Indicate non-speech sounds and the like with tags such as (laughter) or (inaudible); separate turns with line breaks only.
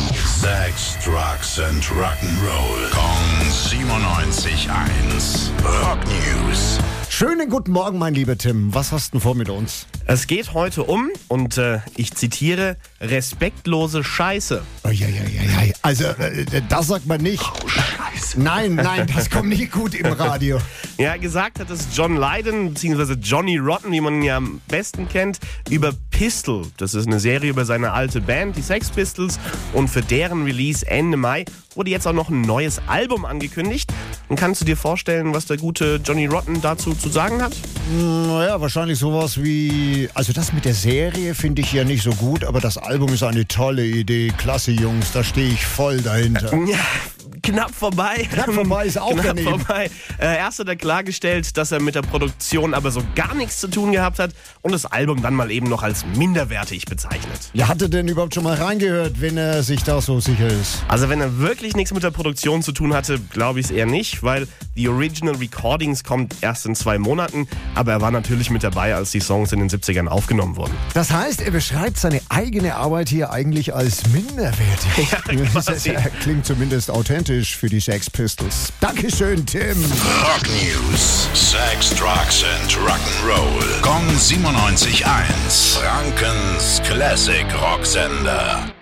Sex, Drugs and Rock'n'Roll. Kong 97.1. Rock News.
Schönen guten Morgen, mein lieber Tim. Was hast du vor mit uns?
Es geht heute um, und äh, ich zitiere, respektlose Scheiße.
Eieieiei. Also, äh, das sagt man nicht. Nein, nein, das kommt nicht gut im Radio.
Ja, gesagt hat es John Lydon, beziehungsweise Johnny Rotten, wie man ihn ja am besten kennt, über Pistol. Das ist eine Serie über seine alte Band, die Sex Pistols. Und für deren Release Ende Mai wurde jetzt auch noch ein neues Album angekündigt. Und kannst du dir vorstellen, was der gute Johnny Rotten dazu zu sagen hat?
Naja, wahrscheinlich sowas wie. Also, das mit der Serie finde ich ja nicht so gut, aber das Album ist eine tolle Idee. Klasse, Jungs, da stehe ich voll dahinter.
Ja, knapp vorbei.
Knapp vorbei ist auch
knapp
daneben.
vorbei. Äh, erst hat er klargestellt, dass er mit der Produktion aber so gar nichts zu tun gehabt hat und das Album dann mal eben noch als minderwertig bezeichnet.
Ja, hat er denn überhaupt schon mal reingehört, wenn er sich da so sicher ist?
Also wenn er wirklich nichts mit der Produktion zu tun hatte, glaube ich es eher nicht, weil die Original Recordings kommt erst in zwei Monaten, aber er war natürlich mit dabei, als die Songs in den 70ern aufgenommen wurden.
Das heißt, er beschreibt seine eigene Arbeit hier eigentlich als minderwertig. (laughs) das ist-
quasi.
klingt zumindest authentisch für die Sex Pistols. Dankeschön, Tim.
Rock News. Sex, Drugs and Rock'n'Roll. Gong 97.1. Frankens Classic Rocksender.